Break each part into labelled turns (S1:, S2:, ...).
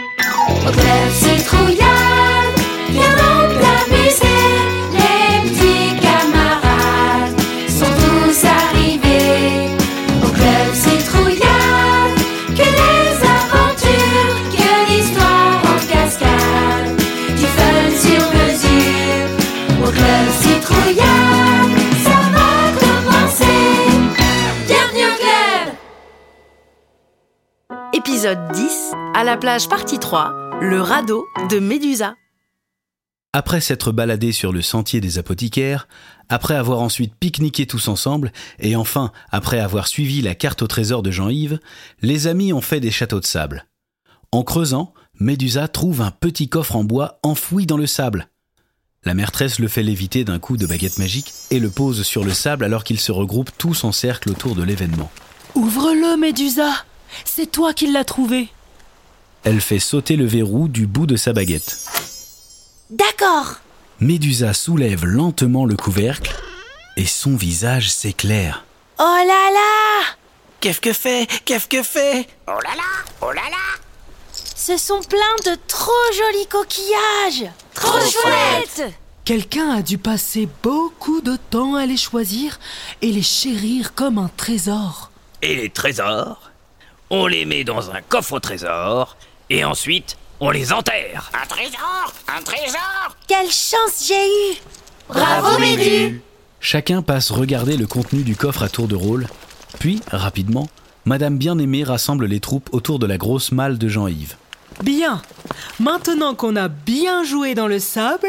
S1: Au club citrouillade, viens donc t'amuser. Les petits camarades sont tous arrivés. Au club citrouillade, que des aventures, que l'histoire en cascade, du fun sur mesure. Au club citrouillade, ça va commencer. Bienvenue au club!
S2: Épisode 10, à la plage partie 3, le radeau de Médusa.
S3: Après s'être baladés sur le sentier des apothicaires, après avoir ensuite pique-niqué tous ensemble, et enfin après avoir suivi la carte au trésor de Jean-Yves, les amis ont fait des châteaux de sable. En creusant, Médusa trouve un petit coffre en bois enfoui dans le sable. La maîtresse le fait léviter d'un coup de baguette magique et le pose sur le sable alors qu'ils se regroupent tous en cercle autour de l'événement.
S4: Ouvre-le, Médusa C'est toi qui l'as trouvé
S3: Elle fait sauter le verrou du bout de sa baguette.
S5: D'accord.
S3: Médusa soulève lentement le couvercle et son visage s'éclaire.
S5: Oh là là
S6: Qu'est-ce que fait Qu'est-ce que fait
S5: Oh Ce sont plein de trop jolis coquillages Trop chouettes
S4: Quelqu'un a dû passer beaucoup de temps à les choisir et les chérir comme un trésor.
S7: et les trésors, on les met dans un coffre au trésor, et ensuite, on les enterre. Ah.
S6: Un trésor Un trésor
S5: Quelle chance j'ai eue
S1: Bravo Médu!
S3: Chacun passe regarder le contenu du coffre à tour de rôle, puis, rapidement, Madame Bien-Aimée rassemble les troupes autour de la grosse malle de Jean-Yves.
S4: Bien. Maintenant qu'on a bien joué dans le sable,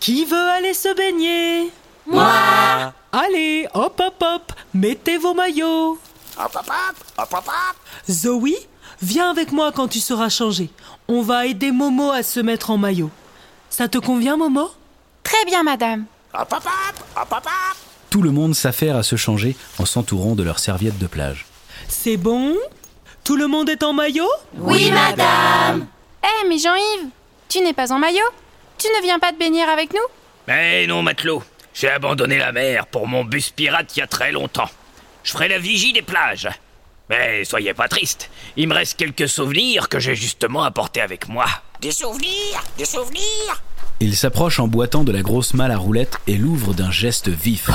S4: qui veut aller se baigner Moi Allez, hop hop hop, mettez vos maillots.
S6: Hop hop hop Hop hop hop
S4: Zoé, viens avec moi quand tu seras changée. On va aider Momo à se mettre en maillot. Ça te convient, Momo
S5: Très bien, madame.
S6: Hop hop hop Hop hop hop
S3: Tout le monde s'affaire à se changer en s'entourant de leurs serviettes de plage.
S4: C'est bon Tout le monde est en maillot
S1: Oui, madame!
S8: Eh mais Jean-Yves, tu n'es pas en maillot Tu ne viens pas te baigner avec nous
S7: Mais Eh non, matelot, j'ai abandonné la mer pour mon bus pirate il y a très longtemps. Je ferai la vigie des plages. Mais soyez pas triste, il me reste quelques souvenirs que j'ai justement apportés avec moi.
S6: Des souvenirs Des souvenirs
S3: Il s'approche en boitant de la grosse malle à roulettes et l'ouvre d'un geste vif.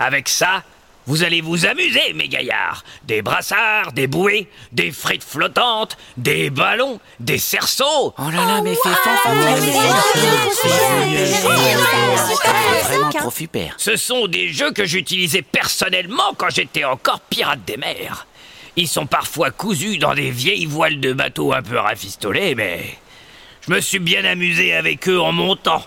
S7: Avec ça, vous allez vous amuser, mes gaillards. Des brassards, des bouées, des frites flottantes, des ballons, des cerceaux.
S6: Oh là là, mais fait Vraiment trop super
S7: Ce sont des jeux que j'utilisais personnellement quand j'étais encore pirate des mers. Ils sont parfois cousus dans des vieilles voiles de bateaux un peu rafistolées, mais je me suis bien amusé avec eux en montant.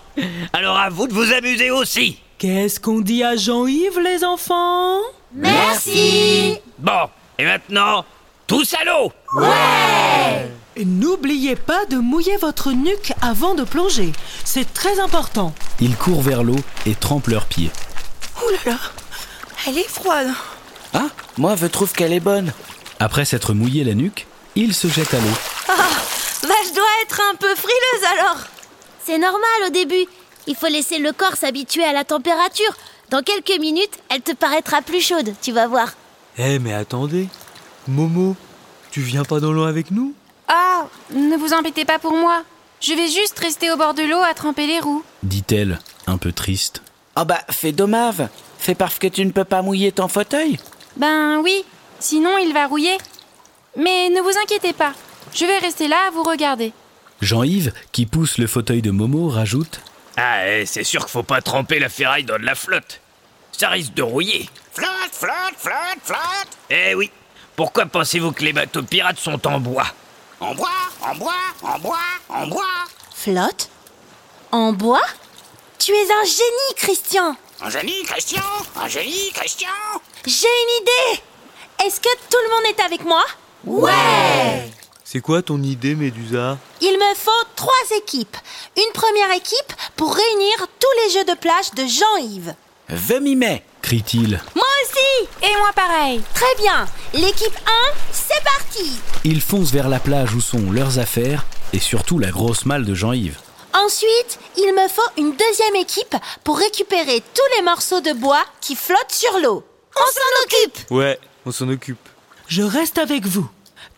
S7: Alors à vous de vous amuser aussi.
S4: Qu'est-ce qu'on dit à Jean-Yves, les enfants
S1: Merci!
S7: Bon, et maintenant, tous à l'eau
S4: Et N'oubliez pas de mouiller votre nuque avant de plonger. C'est très important.
S3: Ils courent vers l'eau et trempent leurs pieds.
S5: Elle est froide.
S6: Ah, moi je trouve qu'elle est bonne
S3: Après s'être mouillé la nuque, ils se jettent à l'eau.
S5: Bah, je dois être un peu frileuse alors.
S9: C'est normal au début. Il faut laisser le corps s'habituer à la température. Dans quelques minutes, elle te paraîtra plus chaude, tu vas voir.
S10: Eh mais attendez, Momo, tu viens pas dans l'eau avec nous
S8: Ah, ne vous embêtez pas pour moi. Je vais juste rester au bord de l'eau à tremper les roues.
S3: Dit-elle, un peu triste.
S6: Ah bah, c'est dommage C'est parce que tu ne peux pas mouiller ton fauteuil
S8: Ben oui, sinon il va rouiller. Mais ne vous inquiétez pas, je vais rester là à vous regarder.
S3: Jean-Yves, qui pousse le fauteuil de Momo, rajoute
S7: Ah, eh, c'est sûr qu'il faut pas tremper la ferraille dans de la flotte. Ça risque de rouiller.
S6: Flotte, flotte, flotte, flotte
S7: Eh oui, pourquoi pensez-vous que les bateaux pirates sont en bois
S6: En bois, en bois, en bois, en bois
S5: Flotte En bois Tu es un génie, Christian
S6: Un génie, Christian Un génie, Christian
S5: J'ai une idée Est-ce que tout le monde est avec moi
S10: C'est quoi ton idée, Médusa
S5: Il me faut trois équipes. Une première équipe pour réunir tous les jeux de plage de Jean-Yves.
S6: Je m'y mets
S3: Crie-t-il.
S5: Moi aussi
S8: Et moi pareil.
S5: Très bien. L'équipe 1, c'est parti
S3: Ils foncent vers la plage où sont leurs affaires et surtout la grosse malle de Jean-Yves.
S5: Ensuite, il me faut une deuxième équipe pour récupérer tous les morceaux de bois qui flottent sur l'eau. On s'en occupe
S10: Ouais, on s'en occupe.
S4: Je reste avec vous.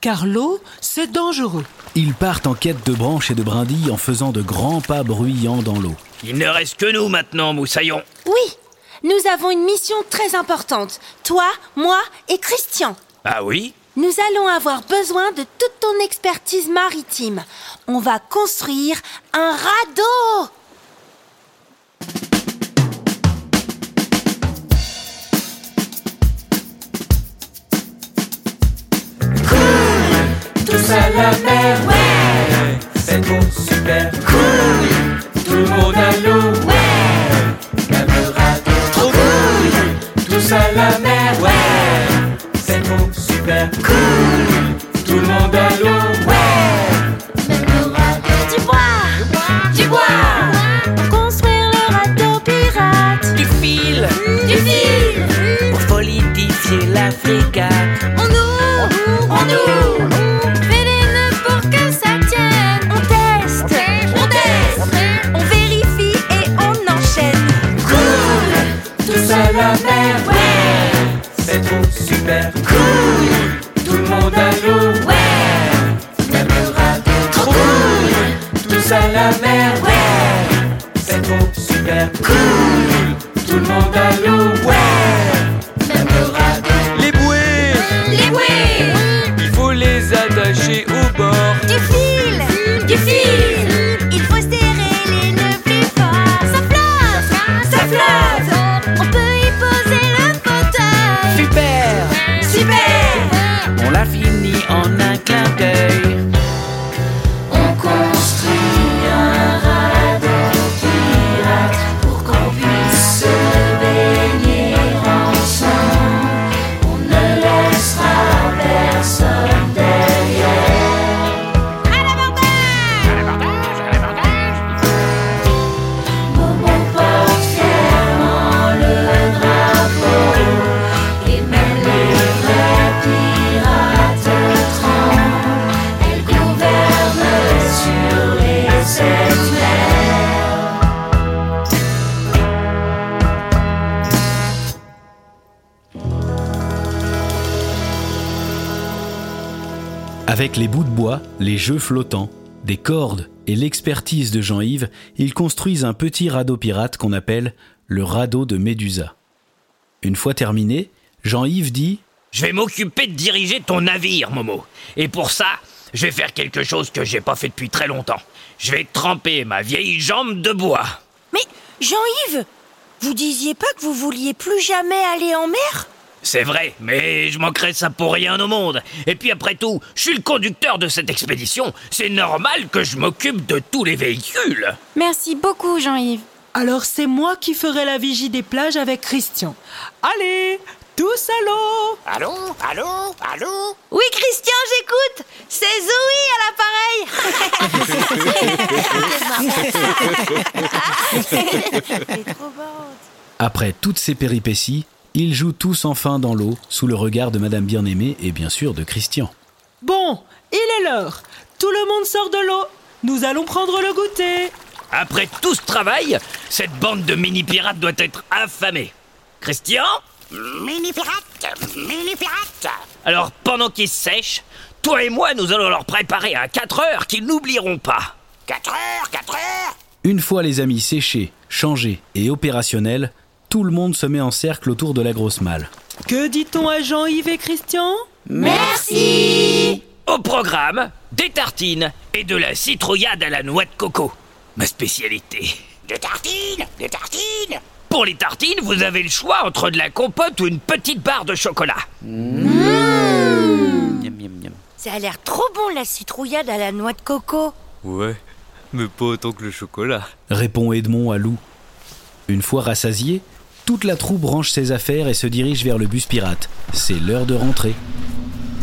S4: car l'eau, c'est dangereux.
S3: Ils partent en quête de branches et de brindilles en faisant de grands pas bruyants dans l'eau.
S7: Il ne reste que nous maintenant, Moussaillon.
S5: Oui, nous avons une mission très importante. Toi, moi et Christian.
S7: Ah oui
S5: Nous allons avoir besoin de toute ton expertise maritime. On va construire un radeau.
S11: Tous à la mer, ouais C'est beau, super cool Tout le monde à l'eau, ouais Camarade, trop cool Tous à la mer, ouais C'est beau, super cool Tout le monde à l'eau, ouais
S9: Du bois Du bois Construire le radeau pirate
S12: Du fil
S9: Du fil
S12: Pour solidifier la frégate
S9: On ouvre On ouvre Fais les nœuds pour que ça tienne On teste On teste On vérifie et on enchaîne
S11: Cool Tous à la mer, ouais C'est trop super cool Tout le monde à l'eau, ouais Camarade, trop cool Tous à la mer, ouais C'est trop super cool Tout le monde à l'eau, ouais Camarade,
S10: Les bouées
S9: Les bouées
S10: Il faut les attacher au bord.
S9: Du fil Du fil Il faut serrer les nœuds plus fort Ça flotte Ça flotte On peut y poser le fauteuil
S12: Super
S9: Super
S12: On l'a fini en un clin d'œil
S1: On construit un radeau pirate pour qu'on puisse se baigner ensemble. On ne laissera personne derrière. Momo porte fièrement le drapeau et même les vrais pirates tremblent. Elle gouverne sur les ailes
S3: Avec les bouts de bois, les jeux flottants, des cordes et l'expertise de Jean-Yves, ils construisent un petit radeau pirate qu'on appelle le radeau de Médusa. Une fois terminé, Jean-Yves dit
S7: Je vais m'occuper de diriger ton navire, Momo. Et pour ça, je vais faire quelque chose que j'ai pas fait depuis très longtemps. Je vais tremper ma vieille jambe de bois.
S5: Mais Jean-Yves, vous disiez pas que vous vouliez plus jamais aller en mer
S7: C'est vrai, mais je manquerais ça pour rien au monde. Et puis après tout, je suis le conducteur de cette expédition. C'est normal que je m'occupe de tous les véhicules.
S8: Merci beaucoup, Jean-Yves.
S4: Alors c'est moi qui ferai la vigie des plages avec Christian. Allez, tous à l'eau
S7: Allô Allô Allô
S5: Oui, Christian, j'écoute. C'est Zoé à l'appareil.
S3: Après toutes ces péripéties, ils jouent tous enfin dans l'eau, sous le regard de Madame Bien-Aimée et bien sûr de Christian.
S4: Bon, il est l'heure. Tout le monde sort de l'eau. Nous allons prendre le goûter.
S7: Après tout ce travail, cette bande de mini-pirates doit être affamée. Christian Mini-pirate Mini-pirate Alors, pendant qu'ils sèchent, toi et moi, nous allons leur préparer à 4 heures qu'ils n'oublieront pas. 4 heures 4 heures
S3: Une fois les amis séchés, changés et opérationnels, tout le monde se met en cercle autour de la grosse malle.
S4: Que dit-on à Jean-Yves et Christian
S1: Merci
S7: Au programme, des tartines et de la citrouillade à la noix de coco. Ma spécialité. Des tartines Des tartines Pour les tartines, vous avez le choix entre de la compote ou une petite barre de chocolat.
S6: Miam, miam, miam.
S5: Ça a l'air trop bon la citrouillade à la noix de coco.
S10: Ouais, mais pas autant que le chocolat.
S3: Répond Edmond à Lou. Une fois rassasié, toute la troupe range ses affaires et se dirige vers le bus pirate. C'est l'heure de rentrer.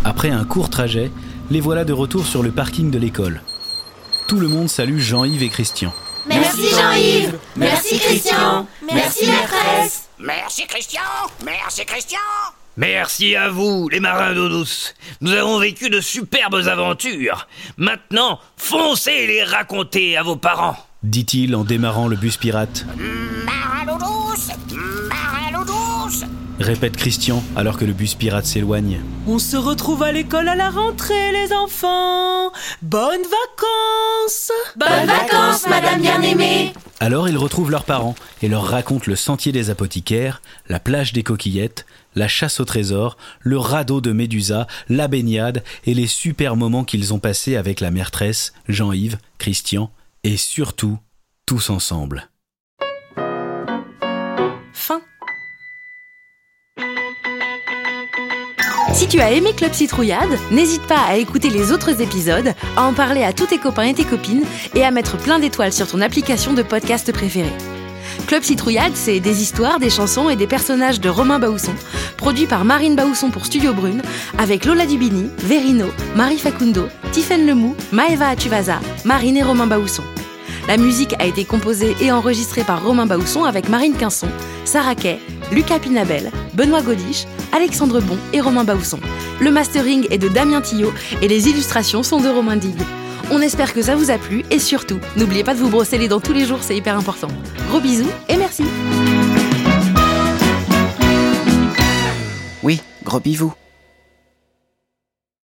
S3: Après un court trajet, les voilà de retour sur le parking de l'école. Tout le monde salue Jean-Yves et Christian.
S1: Merci Jean-Yves Merci Christian Merci maîtresse
S7: Merci Christian Merci Christian Merci à vous, les marins d'eau douce. Nous avons vécu de superbes aventures. Maintenant, foncez et les raconter à vos parents.
S3: Dit-il en démarrant le bus pirate.
S7: Marins d'eau douce Marins d'eau douce
S3: répète Christian alors que le bus pirate s'éloigne.
S4: On se retrouve à l'école à la rentrée, les enfants. Bonnes vacances.
S1: Bonnes vacances, madame bien-aimée.
S3: Alors ils retrouvent leurs parents et leur racontent le sentier des apothicaires, la plage des coquillettes, la chasse au trésor, le radeau de Médusa, la baignade et les super moments qu'ils ont passés avec la maîtresse, Jean-Yves, Christian et surtout tous ensemble.
S2: Fin. Si tu as aimé Club Citrouillade, n'hésite pas à écouter les autres épisodes, à en parler à tous tes copains et tes copines et à mettre plein d'étoiles sur ton application de podcast préférée. Club Citrouillade, c'est des histoires, des chansons et des personnages de Romain Baousson, produit par Marine Baousson pour Studio Brune, avec Lola Dubini, Verino, Marie Facundo, Tiffaine Lemoux, Maeva Atuvasa, Marine et Romain Baousson. La musique a été composée et enregistrée par Romain Baousson avec Marine Quinson, Sarah Kay, Lucas Pinabel, Benoît Godiche, Alexandre Bon et Romain Baousson. Le mastering est de Damien Tillot et les illustrations sont de Romain Digue. On espère que ça vous a plu et surtout, n'oubliez pas de vous brosser les dents tous les jours, c'est hyper important. Gros bisous et merci.
S6: Oui, gros bivou.